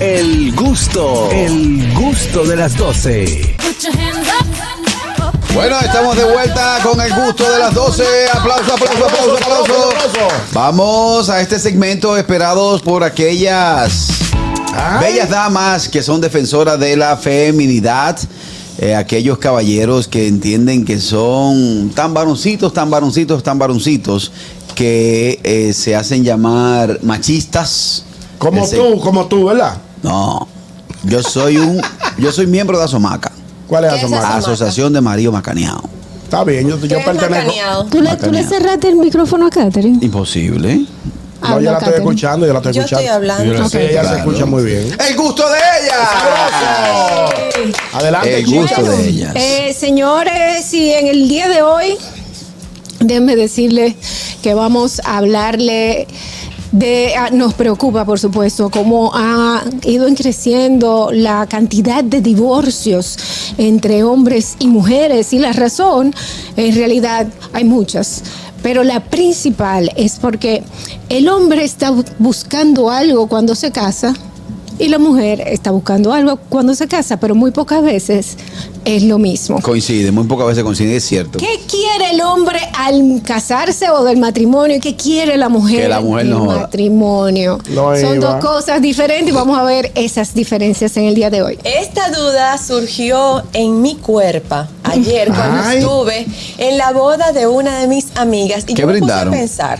El gusto, el gusto de las 12. Bueno, estamos de vuelta con el gusto de las 12. Aplauso, aplauso, aplauso, aplauso. Vamos a este segmento esperados por aquellas bellas damas que son defensoras de la feminidad. eh, aquellos caballeros que entienden que son tan varoncitos, tan varoncitos, tan varoncitos, que eh, se hacen llamar machistas. Como Ese- tú, como tú, ¿verdad? No, yo soy un, yo soy miembro de Asomaca, ¿Cuál es ¿Qué es Asomaca? Asomaca? Asociación de Marido Macaneado. Está bien, yo, yo Tres pertenezco. macaneados. ¿Tú le, tú le Macaneado. cerraste el micrófono a Catherine? Imposible. No, yo la estoy escuchando, yo la estoy Yo escuchando. estoy hablando. Sí, ella se Claro. escucha muy bien. El gusto de ella. Adelante, El gusto chicos. de ellas. Eh, señores, y en el día de hoy, déjenme decirles que vamos a hablarle de, ah, nos preocupa por supuesto, cómo ha ido en creciendo la cantidad de divorcios entre hombres y mujeres y la razón, en realidad hay muchas. Pero la principal es porque el hombre está bu- buscando algo cuando se casa y la mujer está buscando algo cuando se casa, pero muy pocas veces es lo mismo. Coincide, muy pocas veces coincide, es cierto. ¿Qué quiere el hombre al casarse o del matrimonio? ¿Y ¿Qué quiere la mujer, Que la mujer del no joda. matrimonio? No, Son Eva. dos cosas diferentes y vamos a ver esas diferencias en el día de hoy. Esta duda surgió en mi cuerpo ayer cuando Ay. estuve en la boda de una de mis amigas y ¿Qué yo me puse a brindaron? pensar.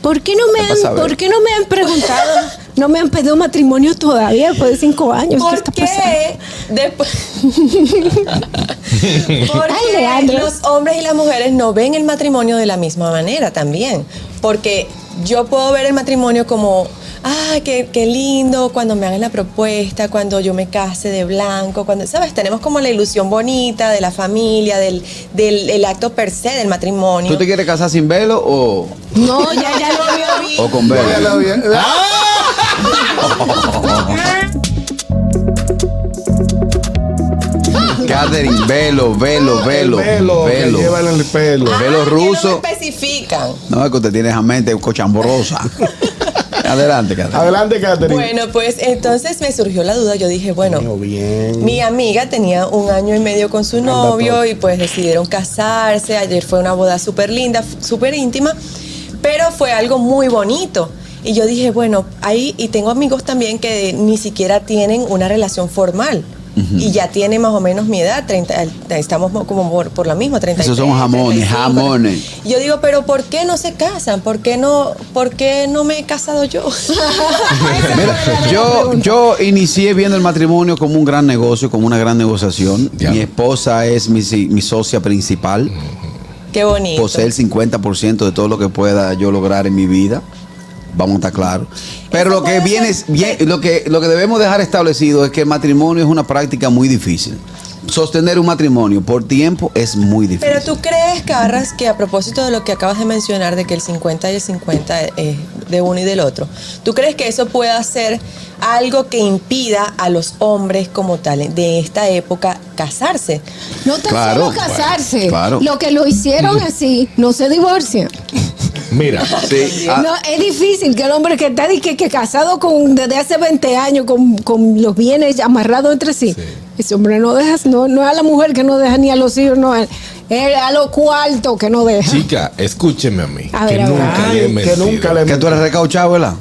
¿Por qué no me Vas a han, ver. ¿por qué no me han preguntado? No me han pedido matrimonio todavía después de cinco años. ¿Qué ¿Por está pasando? qué después? ¿Por Ay, qué Leandro. los hombres y las mujeres no ven el matrimonio de la misma manera también? Porque yo puedo ver el matrimonio como, ah, qué, qué lindo, cuando me hagan la propuesta, cuando yo me case de blanco, cuando, ¿sabes? Tenemos como la ilusión bonita de la familia, del, del el acto per se del matrimonio. ¿Tú te quieres casar sin velo o, No, ya, ya lo veo. o con velo? Catherine, velo, velo, El velo. pelo que Velo. lleva en el pelo. Ah. velo que ruso. No me especifican. No, es que usted tiene esa mente cochambrosa. Adelante, Catherine. Adelante, Catherine. Bueno, pues entonces me surgió la duda. Yo dije, bueno, Mío, bien. Mi amiga tenía un año y medio con su novio todo. y pues decidieron casarse. Ayer fue una boda súper linda, f- súper íntima, pero fue algo muy bonito. Y yo dije, bueno, ahí, y tengo amigos también que ni siquiera tienen una relación formal. Y ya tienen más o menos mi edad, 30, eh, estamos mo- como por, por la misma, 30. Esos son jamones, jamones. Y yo digo, pero ¿por qué no se casan? ¿Por qué no, por qué no me he casado yo? Mira, yo, yo inicié viendo el matrimonio como un gran negocio, como una gran negociación. Ya. Mi esposa es mi, si- mi socia principal. Qué bonito. Posee el 50% de todo lo que pueda yo lograr en mi vida. Vamos a estar claros. Pero Eso lo que puede viene es, ser- bien- lo que lo que debemos dejar establecido es que el matrimonio es una práctica muy difícil. Sostener un matrimonio por tiempo es muy difícil. Pero tú crees, Carras, que a propósito de lo que acabas de mencionar, de que el 50 y el 50 es de uno y del otro, ¿tú crees que eso pueda ser algo que impida a los hombres como tal de esta época casarse? No tan Claro, solo casarse. bueno, claro. Mm. Lo que lo hicieron así, no se divorcian. Mira, Sí, ah, No, es difícil que el hombre que está di que, que casado con desde hace 20 años con, con los bienes amarrados entre sí. Ese hombre no deja, no, no es a la mujer que no deja ni a los hijos, no es es a los cuartos que no deja. chica, escúcheme a mí. A que ver, a ver. nunca le he Ay, que mentido. nunca le que tú eres recauchado, ¿verdad?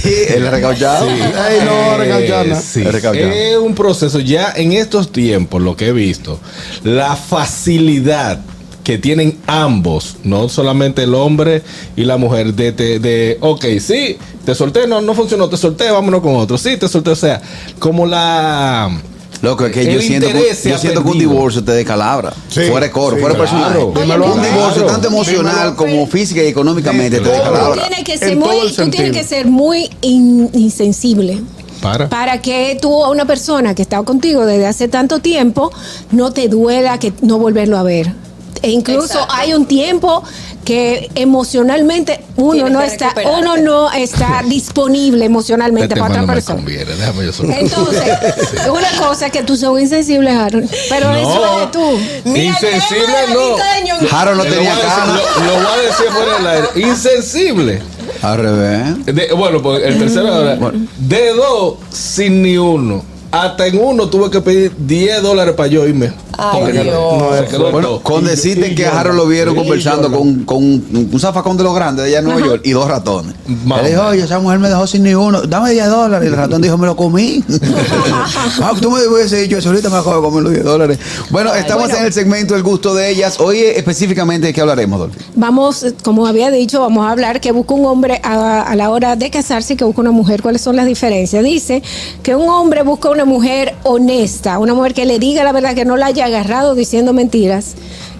Sí. ¿Eres recauchado? Ay, no, recauchana. Eh, sí. Recauchana. Es un proceso. Ya en estos tiempos, lo que he visto, la facilidad que tienen ambos, no solamente el hombre y la mujer, de, de, de, ok, sí, te solté, no, no funcionó, te solté, vámonos con otro, sí, te solté, o sea, como la... Loco, es que El yo siento, que, interés se yo ha siento que un perdido. divorcio te descalabra. Sí, fuera de coro, sí, fuera de personal. claro. Dímelo, un divorcio claro. tanto emocional Dímelo. como física y económicamente te Dímelo. Tú descalabra. tienes que En ser todo muy, el tú tienes sentido. que ser muy in- insensible. Para. Para que tú a una persona que está contigo desde hace tanto tiempo no te duela que no volverlo a ver. E incluso Exacto. hay un tiempo que emocionalmente uno Tienes no que está, recuperarte. uno no está disponible Este emocionalmente para tema otra no me persona. conviene, déjame yo solo. Entonces, una cosa es que tú sos insensible, Harold, pero No. eso es tú. Mira, tenemos Insensible, la no. lista de ñonguito. Harold no Te lo tenía voy a cara. decir- Lo, lo voy a decir fuera del aire. Insensible. Al revés. De- bueno, pues el tercero ahora. De dos, sin ni uno. Hasta en uno tuve que pedir 10 dólares para yo irme. Ay, Porque Dios. no, se quedó en Bueno, dos. con Y- decirte y que a Jordan. Harold lo vieron Y conversando con, con un zafacón de los grandes de allá en Nueva York y dos ratones. Más Le o dijo, menos. oye, esa mujer me dejó sin ni uno, dame 10 dólares. Y el ratón dijo, me lo comí. ah, tú me hubiese dicho eso, ahorita me acabo de comer los 10 dólares. Bueno, estamos en el segmento El gusto de ellas. Hoy eh, específicamente de qué hablaremos, Dolphy. Vamos, eh, como había dicho, vamos a hablar que busca un hombre a, a la hora de casarse y que busca una mujer. ¿Cuáles son las diferencias? Dice que un hombre busca una mujer honesta, una mujer que le diga la verdad, que no la haya agarrado diciendo mentiras.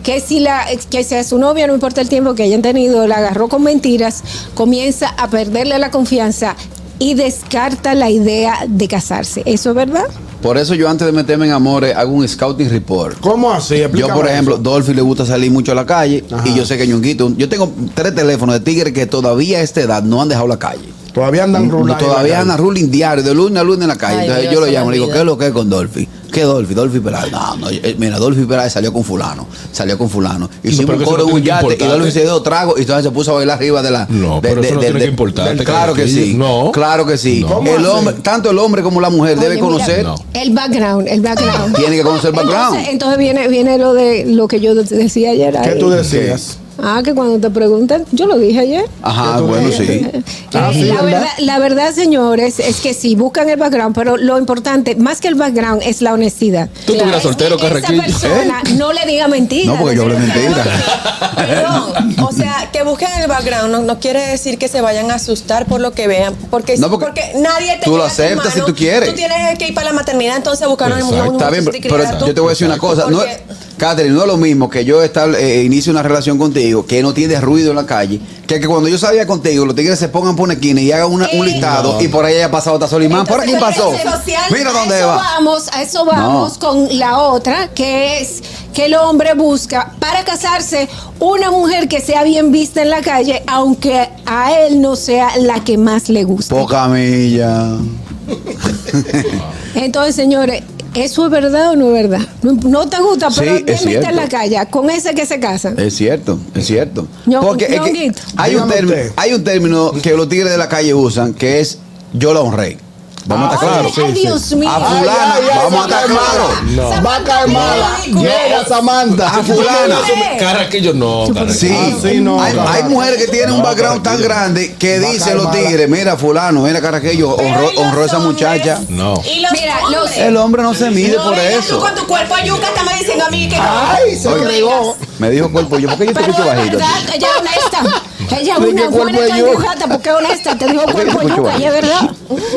Que si la, que sea su novia, no importa el tiempo que hayan tenido, la agarró con mentiras, comienza a perderle la confianza y descarta la idea de casarse. ¿Eso es verdad? Por eso yo antes de meterme en amores hago un scouting report. ¿Cómo así? Yo, Explícame por ejemplo, eso. Dolphy le gusta salir mucho a la calle Ajá. y yo sé que Ñonguito, yo tengo tres teléfonos de tigres que todavía a esta edad no han dejado la calle. todavía andan No, rulando. todavía anda ruling diario, de lunes a lunes en la calle. Ay, Entonces Dios, yo lo se me llamo y le digo, olvida. ¿qué es lo que es con Dolphy? ¿Qué Dolphy? Dolphy Peláez. No, no, eh, mira, Dolphy Peláez salió con fulano, salió con fulano. No, Hicimos pero un que eso coro no en un tiene que yate y importarte. Dolphy se dio trago y entonces se puso a bailar arriba de la... de- No, pero de- eso no de- tiene de- que importarte, del- Claro que Carlos. sí. No. Claro que sí. No. El ¿Cómo hombre, así? tanto el hombre como la mujer debe Oye, mira, conocer... No. El background, el background. Tiene que conocer el background. Entonces, entonces viene, viene lo de lo que yo de- decía ayer. ¿Qué ahí. tú decías? Ah, que cuando te preguntan, yo lo dije ayer. Ajá, tú bueno, crees? Ah, sí. Ah, Eh, sí, la, ¿verdad? verdad, la verdad, señores, es que sí, buscan el background, pero lo importante, más que el background, es la honestidad. ¿Eh? Tú Claro. estuvieras soltero, que esa Carrequillo. persona no le diga mentiras. No, porque yo hablé mentira. eh. Perdón, o sea, que busquen el background no, no quiere decir que se vayan a asustar por lo que vean, porque, No, porque porque, nadie te tú lo llega a tu aceptas si mano. tú quieres. Tú tienes que ir para la maternidad, entonces buscar una Exacto. mujer. Está bien, pero, pero yo te voy a decir una cosa. No, Porque- Catherine, no es lo mismo que yo estar, eh, inicie una relación contigo, que no tienes ruido en la calle, que, que cuando yo salía contigo, los tigres se pongan por una esquina y hagan una- un Eh, listado y por ahí haya pasado Tazo Limán. ¿Por aquí Entonces, pasó? pero en social, Mira a dónde eso va. Vamos, a eso vamos con la otra, que es que el hombre busca para casarse una mujer que sea bien vista en la calle, aunque a él no sea la que más le gusta. Poca milla. Entonces, señores, ¿eso es verdad o no es verdad? No, no te gusta, Sí, pero es te metes cierto. Eh, en la calle ah, con esa que se casan. Es cierto, es cierto. Ño- Porque es que Ñonguito. hay, un Dígame término, usted. hay un término que los tigres de la calle usan que es yo la honré. Vamos a Ay, estar claros. ay, Dios mío. A fulana, Ay, ay, ay, vamos a esa estar cae claros. mala. Va a caer mala. Ridículo. Llega Samantha. A Ah, fulana. Carraquillo no, Carraquillo. Sí, Ah, sí, no, hay, claro. hay mujeres que tienen un No, background tan tranquilo. grande que Va a dicen caer los mala. tigres, mira fulano, mira caraquello, honró, honró a esa muchacha. No. Y los Mira, hombres. los- El hombre no se mide por vengas Tú eso. con tu cuerpo yuca estás me diciendo a mí que no. Ay, se Oye. fregó. Me dijo cuerpo, yo, ¿por qué yo te Pero escucho es bajito? verdad, ella es honesta. Ella es ¿De una qué cuerpo buena es yuca? candidata, porque es honesta. Te dijo cuerpo escucho yuca, y es verdad.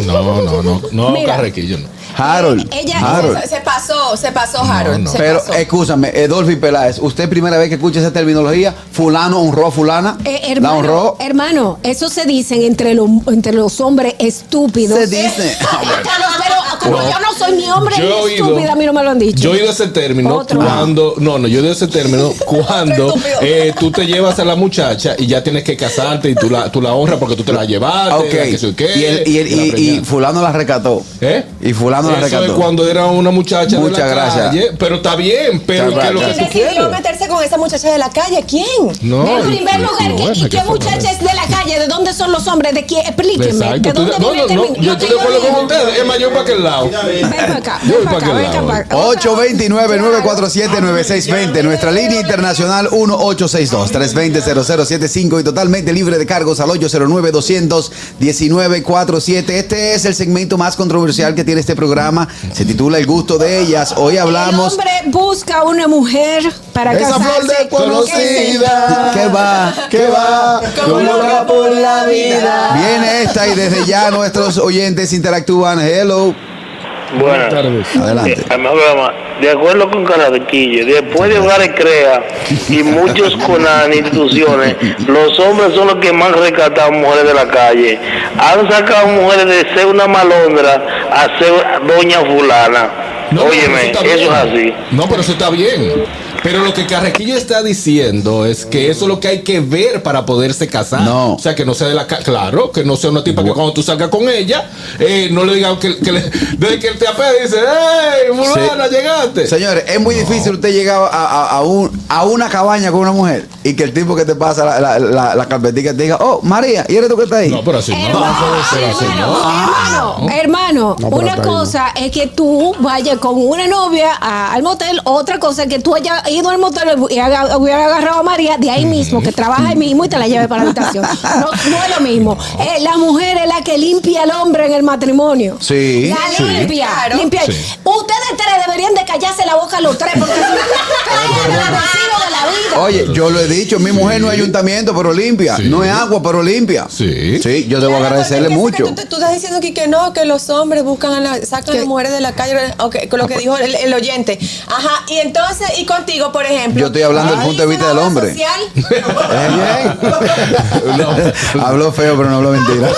No, no, no. No, Mira. Carraquillo no. Harold, Ella- Harold. Se, se pasó, se pasó, Harold. no. se Pero eh, pasó. escúchame, Edolfi Peláez, ¿usted primera vez que escucha esa terminología? Fulano honró a fulana. Eh, la hermano, honró. hermano, eso se dicen entre, lo- entre los hombres estúpidos. Se dice. Ah, bueno. Pero, pero como No. yo no soy ni hombre Yo ni he oído- estúpida, a mí no me lo han dicho. Yo he oído ese término Otro. cuando. No, no, yo he oído ese término cuando estúpido. eh, tú te llevas a la muchacha y ya tienes que casarte y tú la, tú la honras porque tú te la llevaste. Ah, Ok. la que sé qué, Y, el- y el- y la y- y preñaste. fulano la rescató. ¿eh? Y fulano la Eso es rescató. cuando era una muchacha de Muchas la gracias. calle, pero está bien, pero Muchas ¿qué es lo que ¿Quién tú decidió quieres? meterse con esa muchacha de la calle? ¿Quién? No, en y- primer y- lugar, no, ¿qué- es ¿y qué fue una vez. muchachas de la calle? ¿De dónde son los hombres? ¿De quién? Explíqueme. ¿De Exacto. dónde No, viene este no, el no. término? Yo estoy de acuerdo con ustedes. Es mayor para aquel lado. Ven para acá, Yo ven voy para pa' acá, aquel ven lado. para acá. 829-947-9620, nuestra línea internacional 1862-320-0075 y totalmente libre de cargos al 809-219-47. Este es el segmento más controversial que tiene este programa. Se titula El gusto de ellas. Hoy hablamos... El hombre busca una mujer para Esa casarse. flor desconocida. ¿Qué va? Que va como loca por la vida. Viene esta y desde ya nuestros oyentes interactúan. Hello. Buenas tardes. Adelante. Eh, al mejor programa. De acuerdo con Caradequillo, después de Hogares Crea y muchos con las instituciones, los hombres son los que más rescatan mujeres de la calle. Han sacado mujeres de ser una malondra a ser doña fulana. No, Óyeme, pero eso, está es así. bien. No, pero eso está bien. Pero lo que Carrequillo está diciendo es que eso es lo que hay que ver para poderse casar. No. O sea, que no sea de la ca- Claro, que no sea una tipa que cuando tú salgas con ella, eh, no le digan que, que le, desde que él te apea dice, ¡Ey, Eh, fulana, llegaste! Señores, es muy difícil usted llegar a, a- a un- a una cabaña con una mujer y que el tipo que te pasa la, la, la, la carpetica te diga, oh, María, ¿y eres tú que estás ahí? No, pero así no. Hermano, hermano, hermano, No, pero una está bien. cosa es que tú vayas con una novia a- al motel, otra cosa es que tú hayas ido al motel y haga- hubiera agarrado a María de ahí mismo, que trabaja ahí mismo y te la lleve para la habitación. No, no es lo mismo. Eh, la mujer es la que limpia al hombre en el matrimonio. Sí, La sí. limpia, Claro. limpia. Sí. Ustedes tres deberían de callarse la boca los tres porque son tres agradecidos de la vida. Oye, yo lo he dicho, mi mujer no es ayuntamiento, pero limpia. Sí. No es agua, pero limpia. Sí. Sí, yo debo Claro, agradecerle porque es que mucho. Tú, tú estás diciendo aquí que no, que los hombres buscan a la- sacan a Que- las mujeres de la calle, ok, con lo que dijo el, el oyente. Ajá, y entonces, y contigo, por ejemplo. Yo estoy hablando del Ay, punto de vista ¿la del obra hombre. social? Eh, Habló feo, pero no habló mentira.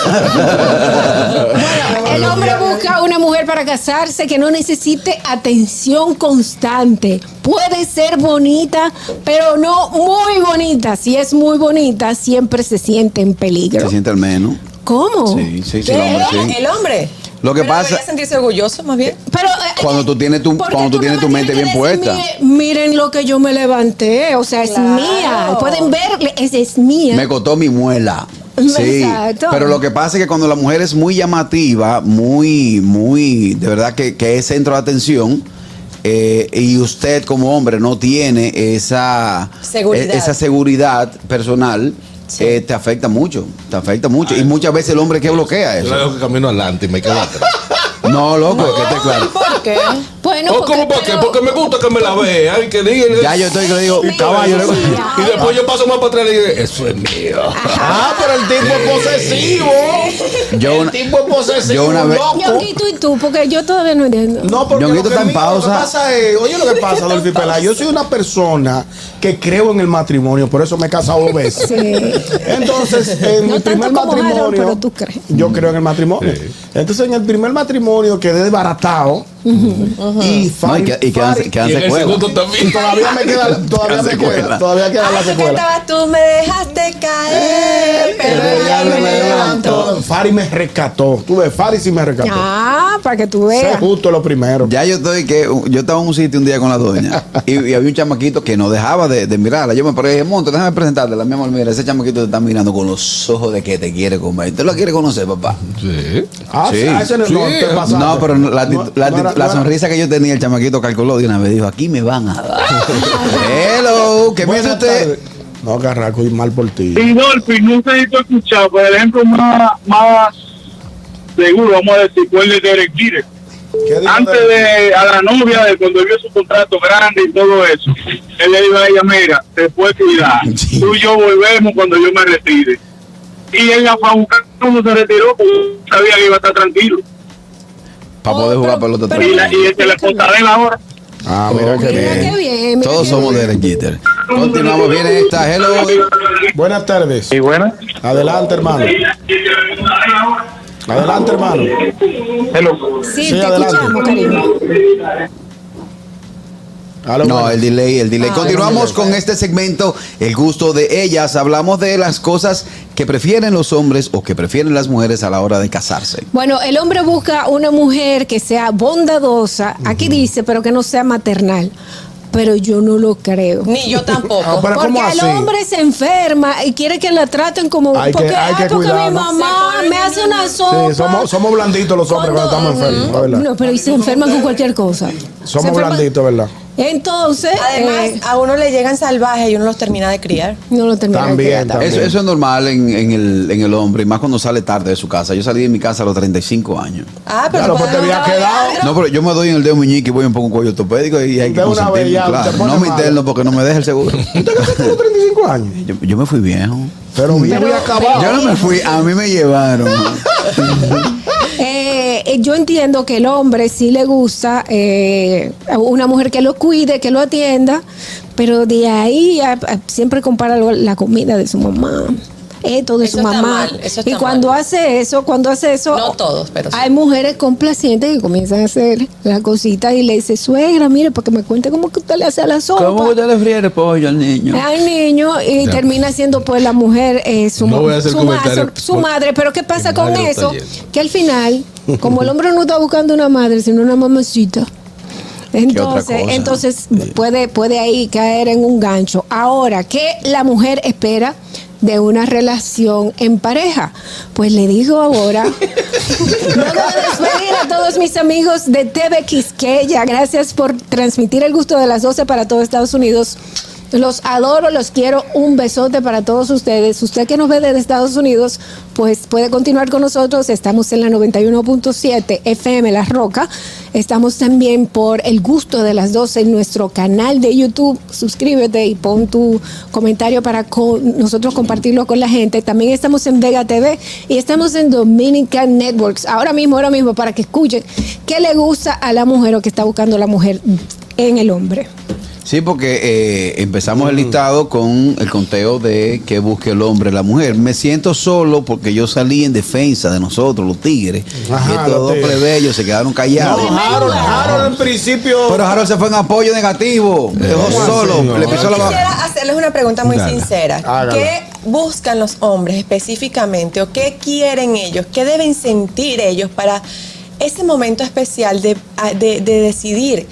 El hombre busca una mujer para casarse que no necesite atención constante. Puede ser bonita, pero no muy bonita. Si es muy bonita, siempre se siente en peligro. Se siente al menos. ¿Cómo? Sí, sí, sí, ¿Qué? el hombre, sí. El hombre. Lo que Pero pasa- Debería sentirse orgulloso, más bien. Pero, eh, Cuando tú tienes tu- ¿por qué cuando tú no tienes me tu tienes mente que bien puesta? "Mire, Miren lo que yo me levanté, o sea, es Claro. mía. Pueden ver, esa es mía. Me costó mi muela. Sí, Exacto. pero lo que pasa es que cuando la mujer es muy llamativa, muy, muy, de verdad que, que es centro de atención, eh, y usted como hombre no tiene esa Seguridad. e- esa seguridad personal, Sí. eh, te afecta mucho, te afecta mucho. y muchas veces el hombre que bloquea Yo la eso. dejo que camino adelante y me quedo atrás. No, loco, que esté ¿Y claro. por qué? Bueno, ¿O Oh, cómo para qué? pero- Porque me gusta que me la vean y que digan. Ya yo estoy que le digo, Mira, caballo, le- sí, ya. Y después yo paso más para atrás y digo, eso es mío. Ah, pero el tipo es posesivo. yo el una- tipo es posesivo. yo una vez- loco. Ñonguito y tú, porque yo todavía no entiendo. No, porque Ñonguito lo que está en mira, pausa. Lo que pasa es, oye lo que pasa, Dolphy Pelá. Yo soy una persona que creo en el matrimonio, por eso me he casado dos veces. Sí. Entonces, en No mi tanto primer como matrimonio. Harold, pero tú crees. Yo creo en el matrimonio. Sí. Entonces, en el primer matrimonio quedé desbaratado. Y, No, y fa- que- y quedan, fa- quedan Y en el secuelas. segundo también. Todavía me queda, todavía me secuela. queda, todavía queda Ah, la Ay, que secuela. estabas tú, me dejaste caer, pero ya me levanto. Fari me rescató. Tú ves, Fari sí me rescató. Ah, para que tú Sé veas. justo lo primero. Ya yo estoy que yo estaba en un sitio un día con la doña y, y había un chamaquito que no dejaba de, de mirarla. Yo me paré y dije, Monto, déjame presentártela. Mi amor, mira, ese chamaquito te está mirando con los ojos de que te quiere comer. ¿Tú lo quieres conocer, papá? Sí. Ah, Sí. ah, ese no, Sí. no, te pasaste. No, pero no, la, actitud- No, la, no actitud- era- la no era- sonrisa que yo tenía, el chamaquito calculó de una vez. Dijo, aquí me van a dar. Hello, ¿qué piensa Buenas usted? tardes. No, Carraco, y mal por ti. Y Dolphy, no sé si tú has escuchado, pero el ejemplo más, más seguro, vamos a decir, fue el de Derek Jeter. ¿Qué dijo Antes de a la novia, de cuando vio su contrato grande y todo eso, él le dijo a ella, mira, te puedes cuidar, Sí. tú y yo volvemos cuando yo me retire. Y él la fue a buscar cuando se retiró, porque sabía que iba a estar tranquilo. Para poder Oh, jugar pero- pelota pero- Y, la, tres. y esta es la esposa de él ahora. Ah, mira qué Mira bien. qué bien. mira Todos qué somos bien. de Jeter. Continuamos, viene esta. Hello. Buenas tardes. buenas. Adelante, hermano. Adelante, hermano. Hello. Sí, Sí, te adelante. escuchamos, cariño. Aló, No, bueno. el delay, el delay. Ah, Continuamos el delay. con este segmento, el gusto de ellas. Hablamos de las cosas que prefieren los hombres o que prefieren las mujeres a la hora de casarse. Bueno, el hombre busca una mujer que sea bondadosa, aquí dice, pero que no sea maternal. Pero yo no lo creo. Ni yo Ah, tampoco. pues, pero porque ¿cómo el así? hombre se enferma y quiere que la traten como Hay que- porque, hay ah, que porque mi cuidarnos. mamá Se pone me hace una sopa. Sí, somos, somos blanditos los hombres cuando estamos enfermos, la ¿verdad? No, pero y se enferman con cualquier cosa. Se Somos enferman- blanditos, ¿verdad? Entonces, Además, eh, a uno le llegan salvajes y uno los termina de criar. no lo terminan. de También, cuidar. también. Eso, eso es normal en, en el, en el hombre, y más cuando sale tarde de su casa. Yo salí de mi casa a los 35 años. Ah, pero Claro, pues te cuando había estaba quedado. Leandro, No, pero yo me doy en el dedo meñique y voy un poco cuello ortopédico y hay que De una vez consentirme, ya, claro. te pone No me mal. interno porque no me deja el seguro. ¿Usted casaste a los 35 años? Yo, yo me fui viejo. Pero bien voy Yo no me fui, a mí me llevaron. Eh, eh, yo entiendo que el hombre sí le gusta eh, a una mujer que lo cuide, que lo atienda, pero de ahí a- a- siempre compara lo- la comida de su mamá. Esto de Eso su está mamá. mal, eso y está cuando mal. hace eso, cuando hace eso, No todos, pero sí. hay mujeres complacientes que comienzan a hacer las cositas y le dice, suegra, mire, para que me cuente cómo que usted le hace a la sopa. le fría el pollo al niño? Al niño y Ya. termina siendo pues la mujer eh, su, No ma- voy a hacer su ma- comentarios, su porque madre. Pero ¿qué pasa mi con madre lo está eso? oyendo. Que al final, como el hombre no está buscando una madre, sino una mamacita, Entonces, cosa? entonces puede, puede ahí caer en un gancho. Ahora, ¿qué la mujer espera de una relación en pareja? Pues le digo ahora, luego de despedir a todos mis amigos de TV Quisqueya, gracias por transmitir el gusto de las 12 para todo Estados Unidos. Los adoro, los quiero. Un besote para todos ustedes. Usted que nos ve desde Estados Unidos, pues puede continuar con nosotros. Estamos en la 91.7 FM La Roca. Estamos también por El Gusto de las 12 en nuestro canal de YouTube. Suscríbete y pon tu comentario para con- nosotros compartirlo con la gente. También estamos en Vega TV y estamos en Dominican Networks. Ahora mismo, ahora mismo, para que escuchen qué le gusta a la mujer o qué está buscando la mujer en el hombre. Sí, porque eh, empezamos el Mm. listado con el conteo de que busque el hombre, la mujer. Me siento solo porque yo salí en defensa de nosotros, los tigres. Ajá, y estos los dos tigres. plebeyos se quedaron callados. No, Harold, Harold en principio. Pero Harold se fue en apoyo negativo. Eh, Me dejó ¿cómo solo. así, no? Le Yo pisó la ba- quisiera hacerles una pregunta muy Ah, Dale. sincera. Hágala. ¿Qué buscan los hombres específicamente o qué quieren ellos? ¿Qué deben sentir ellos para ese momento especial de, a- de- de decidir?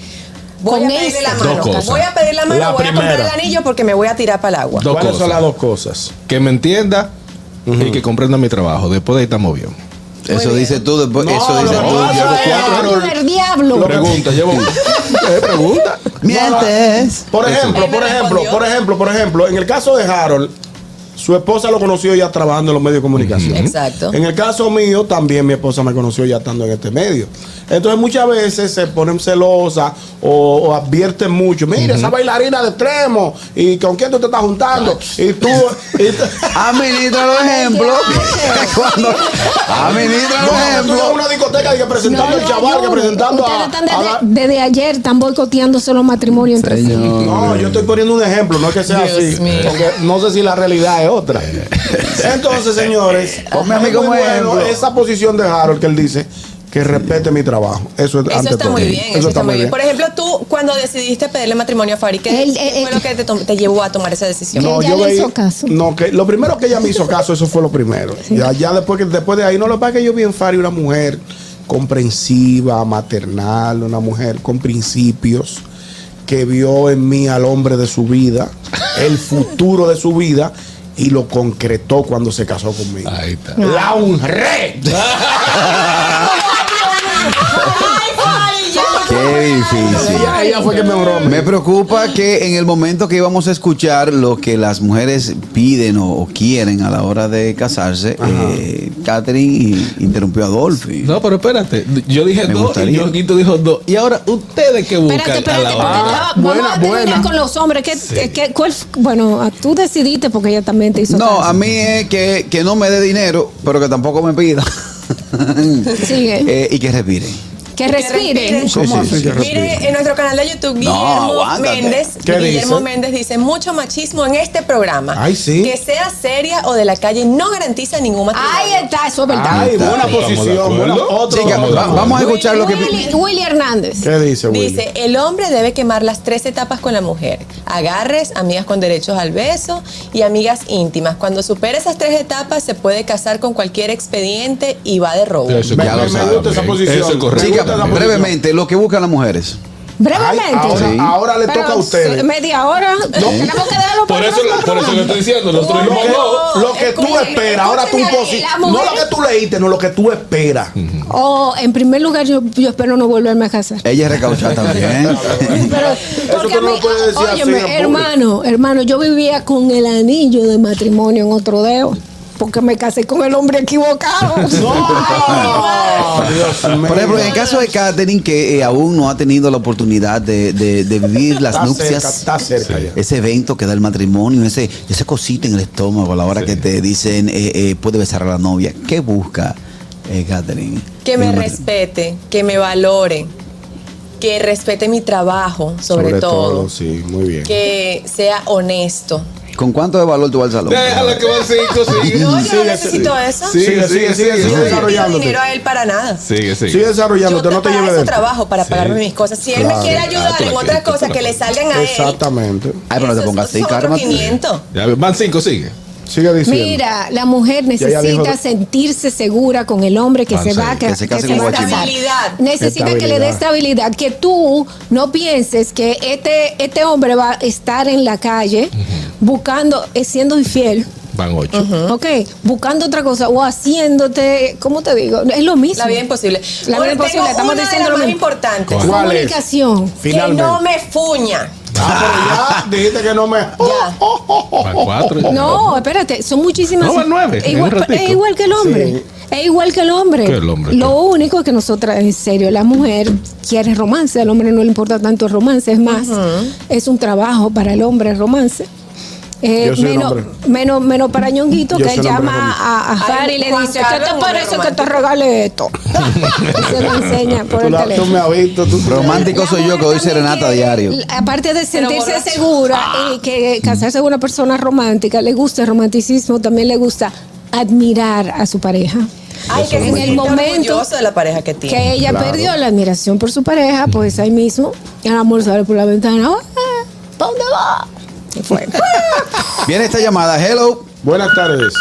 Voy Con a pedirle esta. la Dos mano. cosas. Voy a pedir la mano, La voy a comprar primera. el anillo porque me voy a tirar para el agua. Dos ¿Cuáles son cosas. las dos cosas? Que me entienda y que comprenda mi trabajo. Después de ahí estamos bien. Muy Eso bien. dice tú después. No, eso no, dice no, tú. no, Diego. no, Diablo del diablo. Pregunta, llevo una. Eh, pregunta. Mientes. Por Eso. ejemplo, Él me por ejemplo, respondió. por ejemplo, por ejemplo, en el caso de Harold, su esposa lo conoció ya trabajando en los medios de comunicación. Exacto. En el caso mío, también mi esposa me conoció ya estando en este medio. Entonces, muchas veces se ponen celosas o, o advierten mucho. Mira, esa bailarina de extremo, ¿y con quién tú te estás juntando? Y tú. y tú- Administra Ah, los ejemplos. Cuando administra los Bueno, tú llevas ejemplos. una discoteca y que presentando No al lo chaval, que ayude. presentando a. Ustedes están desde, a la- desde ayer están boicoteándose los matrimonios entre sí. No, yo estoy poniendo un ejemplo, no es que sea Dios así, mío. porque no sé si la realidad es otra. Entonces, señores, Ponme a mí es como muy ejemplo. esa posición de Harold que él dice que respete mi trabajo. Eso, es Eso ante está todo. muy bien, eso, está muy bien. Por ejemplo, tú, cuando decidiste pedirle matrimonio a Fari, ¿qué, Él- qué él- fue lo que te, tom- te llevó a tomar esa decisión? No. Ella le hizo caso. No, que lo primero que ella me hizo caso, eso fue lo primero. Ya, ya después, que- después de ahí, no lo que pasa es que yo vi en Fari una mujer comprensiva, maternal, una mujer con principios, que vio en mí al hombre de su vida, el futuro de su vida, y lo concretó cuando se casó conmigo. Ahí está. La honré. Qué difícil. Ella, ella fue que me honró. a mí. Me preocupa que en el momento que íbamos a escuchar lo que las mujeres piden o, o quieren a la hora de casarse, eh, Catherine i- interrumpió a Dolphy. No, pero espérate. Yo dije Me dos y gustaría. Joaquito dijo dos. Y ahora, ¿ustedes qué buscan? Espérate, a espérate, la porque hora? va- vamos buena, a terminar buena. con los hombres. ¿Qué, qué- cuál f- bueno, ah, tú decidiste porque ella también te hizo No, caso. a mí es que, que no me dé dinero, pero que tampoco me pida. Sigue. Eh, y que respire. Que respire. respiren. ¿Cómo Sí, sí, así que respira? Mire, en nuestro canal de YouTube, Guillermo aguántate. Méndez, ¿Qué Guillermo dice? Méndez dice mucho machismo en este programa. Ay, sí. Que sea seria o de la calle no garantiza ningún matrimonio. Ahí está, eso es verdad. Ay, buena Ah, Estamos de posición. buena- acuerdo. otro- Chica, va- vamos a escuchar lo que pi- Willy, Willy Hernández. ¿Qué dice, Willy? Dice, el hombre debe quemar las tres etapas con la mujer. Agarres, amigas con derechos al beso y amigas íntimas. Cuando supera esas tres etapas se puede casar con cualquier expediente y va de robo. Eso es Oh, Me- Ya correcto. lo me sabe, gusta esa ok. posición. Eso es Me correcto. Chica, gusta esa posición. brevemente, lo que buscan las mujeres. Brevemente. Ay, ahora, Sí. ahora le Pero toca a se- ustedes. Media hora. Tenemos que darlo Por para eso, otro por eso le programa. estoy diciendo, nosotros Lo dijimos que, dos. lo que tú Escúcheme, esperas, ahora tú escúcheme, posi- la No mujer- lo que tú leíste, no lo que tú esperas. Mm. Oh, en primer lugar, yo, yo espero no volverme a casar. Ella es recauchada también. Pero, Eso porque tú a no mí, lo puedes decir así en óyeme, público. hermano, hermano, yo vivía con el anillo de matrimonio en otro dedo, porque me casé con el hombre equivocado. No, Dios mío. Por ejemplo, en el caso de Katherine, que eh, aún no ha tenido la oportunidad de, de- de vivir las Está nupcias, cerca, está cerca ya. ese evento que da el matrimonio, ese, ese cosita en el estómago a la hora que te dicen, eh, eh, puede besar a la novia, ¿qué busca eh, Katherine? Que me En el matri- respete, que me valore, que respete mi trabajo, sobre, todo. sí, muy bien. Que sea honesto. ¿Con cuánto de valor tú vas al salón? Déjala que va cinco, sigue. No, yo no necesito eso. Sí, Sigue, sigue, sigue, sigue Yo no le pido desarrollándote. dinero a él para nada. Sigue, Sigue Yo desarrollándote, te no te para lleves eso de trabajo para pagarme mis cosas. Si él Claro. me quiere ayudar Ah, tú la en quieres, otras tú cosas la que le quieres. salgan a él. Exactamente. Ay, pero no te esos- pongas así, esos son otros cálmate. 500. Ya, van cinco, sigue. Sigue diciendo. Mira, la mujer Ya ella necesita dijo- sentirse segura con el hombre que se Entonces, va a que ca- se que case se con va a Guachimán. casar. Estabilidad. Necesita que le Estabilidad. dé estabilidad, que tú no pienses que este, este hombre va a estar en la calle buscando, eh, siendo infiel. Van ocho. Ok, buscando otra cosa o haciéndote, ¿cómo te digo? Es lo mismo. La vida imposible. La vida Ahora imposible, tengo estamos una de diciendo las lo más mismo. importante. ¿Cuál? es? Comunicación. Finalmente. Que no me fuña. Ah, pero ya dijiste que no me. Oh, Ya. Van cuatro. No, espérate, son muchísimas. No, van nueve, en un Igual, ratito. es igual que el hombre. Sí. Es igual que el hombre. Que el hombre, Lo único es que nosotras, en serio, la mujer quiere romance. Al hombre no le importa tanto el romance. Es más, es un trabajo para el hombre el romance. Eh, Yo soy un menos, hombre. menos, menos para Ñonguito Yo que soy él un hombre llama a, a romántico. Fari y le Ay, dice: Juan ¿Qué Carlos es te un parece hombre que te regale esto? Y se lo enseña por Tú, el la- tú me teléfono. has visto. Tú, Romántico soy yo que doy También serenata a que, diario. Ah. l- Aparte de sentirse borracho. segura y que casarse con una persona romántica, le gusta el romanticismo, también le gusta admirar a su pareja. Hay que oh, en el momento orgulloso de la pareja que tiene. que ella perdió la admiración por su pareja, pues ahí mismo el amor sale por la ventana. "Ah, ¿pa' ¿Dónde va? Y fue. Viene esta llamada, hello. Buenas tardes.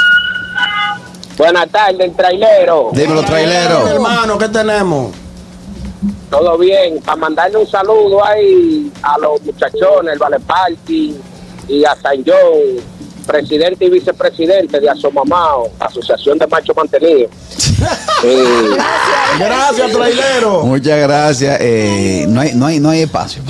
Buenas tardes, el trailero. Dímelo, Mi trailero. hermano, ¿qué tenemos? Todo bien. Para mandarle un saludo ahí a los muchachones, el Vale Party y a San John, presidente y vicepresidente de Asomamao, Asociación de Machos Mantenidos. Eh, Gracias, trailero. Muchas gracias. eh, no, hay, no, hay, no hay espacio.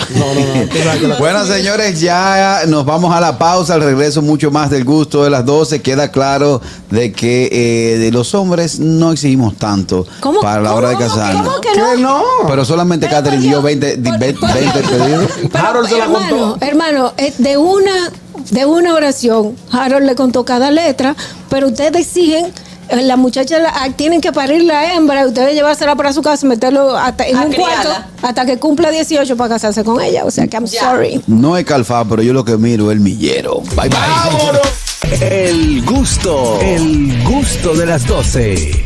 bueno, señores, ya nos vamos a la pausa. Al regreso, mucho más del gusto de las 12. Queda claro de que eh, de los hombres no exigimos tanto ¿Cómo- para la hora de cómo- casarnos. cómo que ¿Qué no? Pero solamente Pero Catherine dio por Dios, 20, di- por- 20, por Dios. 20 pedidos. Pero, Harold se la hermano, contó. hermano, eh, de una, de una oración, Harold le contó cada letra, pero ustedes exigen, eh, la muchacha la- ah, tienen que parir la hembra, y ustedes llevársela para su casa, meterlo hasta, en A un criarla. cuarto hasta que cumpla 18 para casarse con ella. O sea que I'm Ya. sorry. No es calfá, pero yo lo que miro es el millero. Bye bye. El gusto, el gusto de las 12.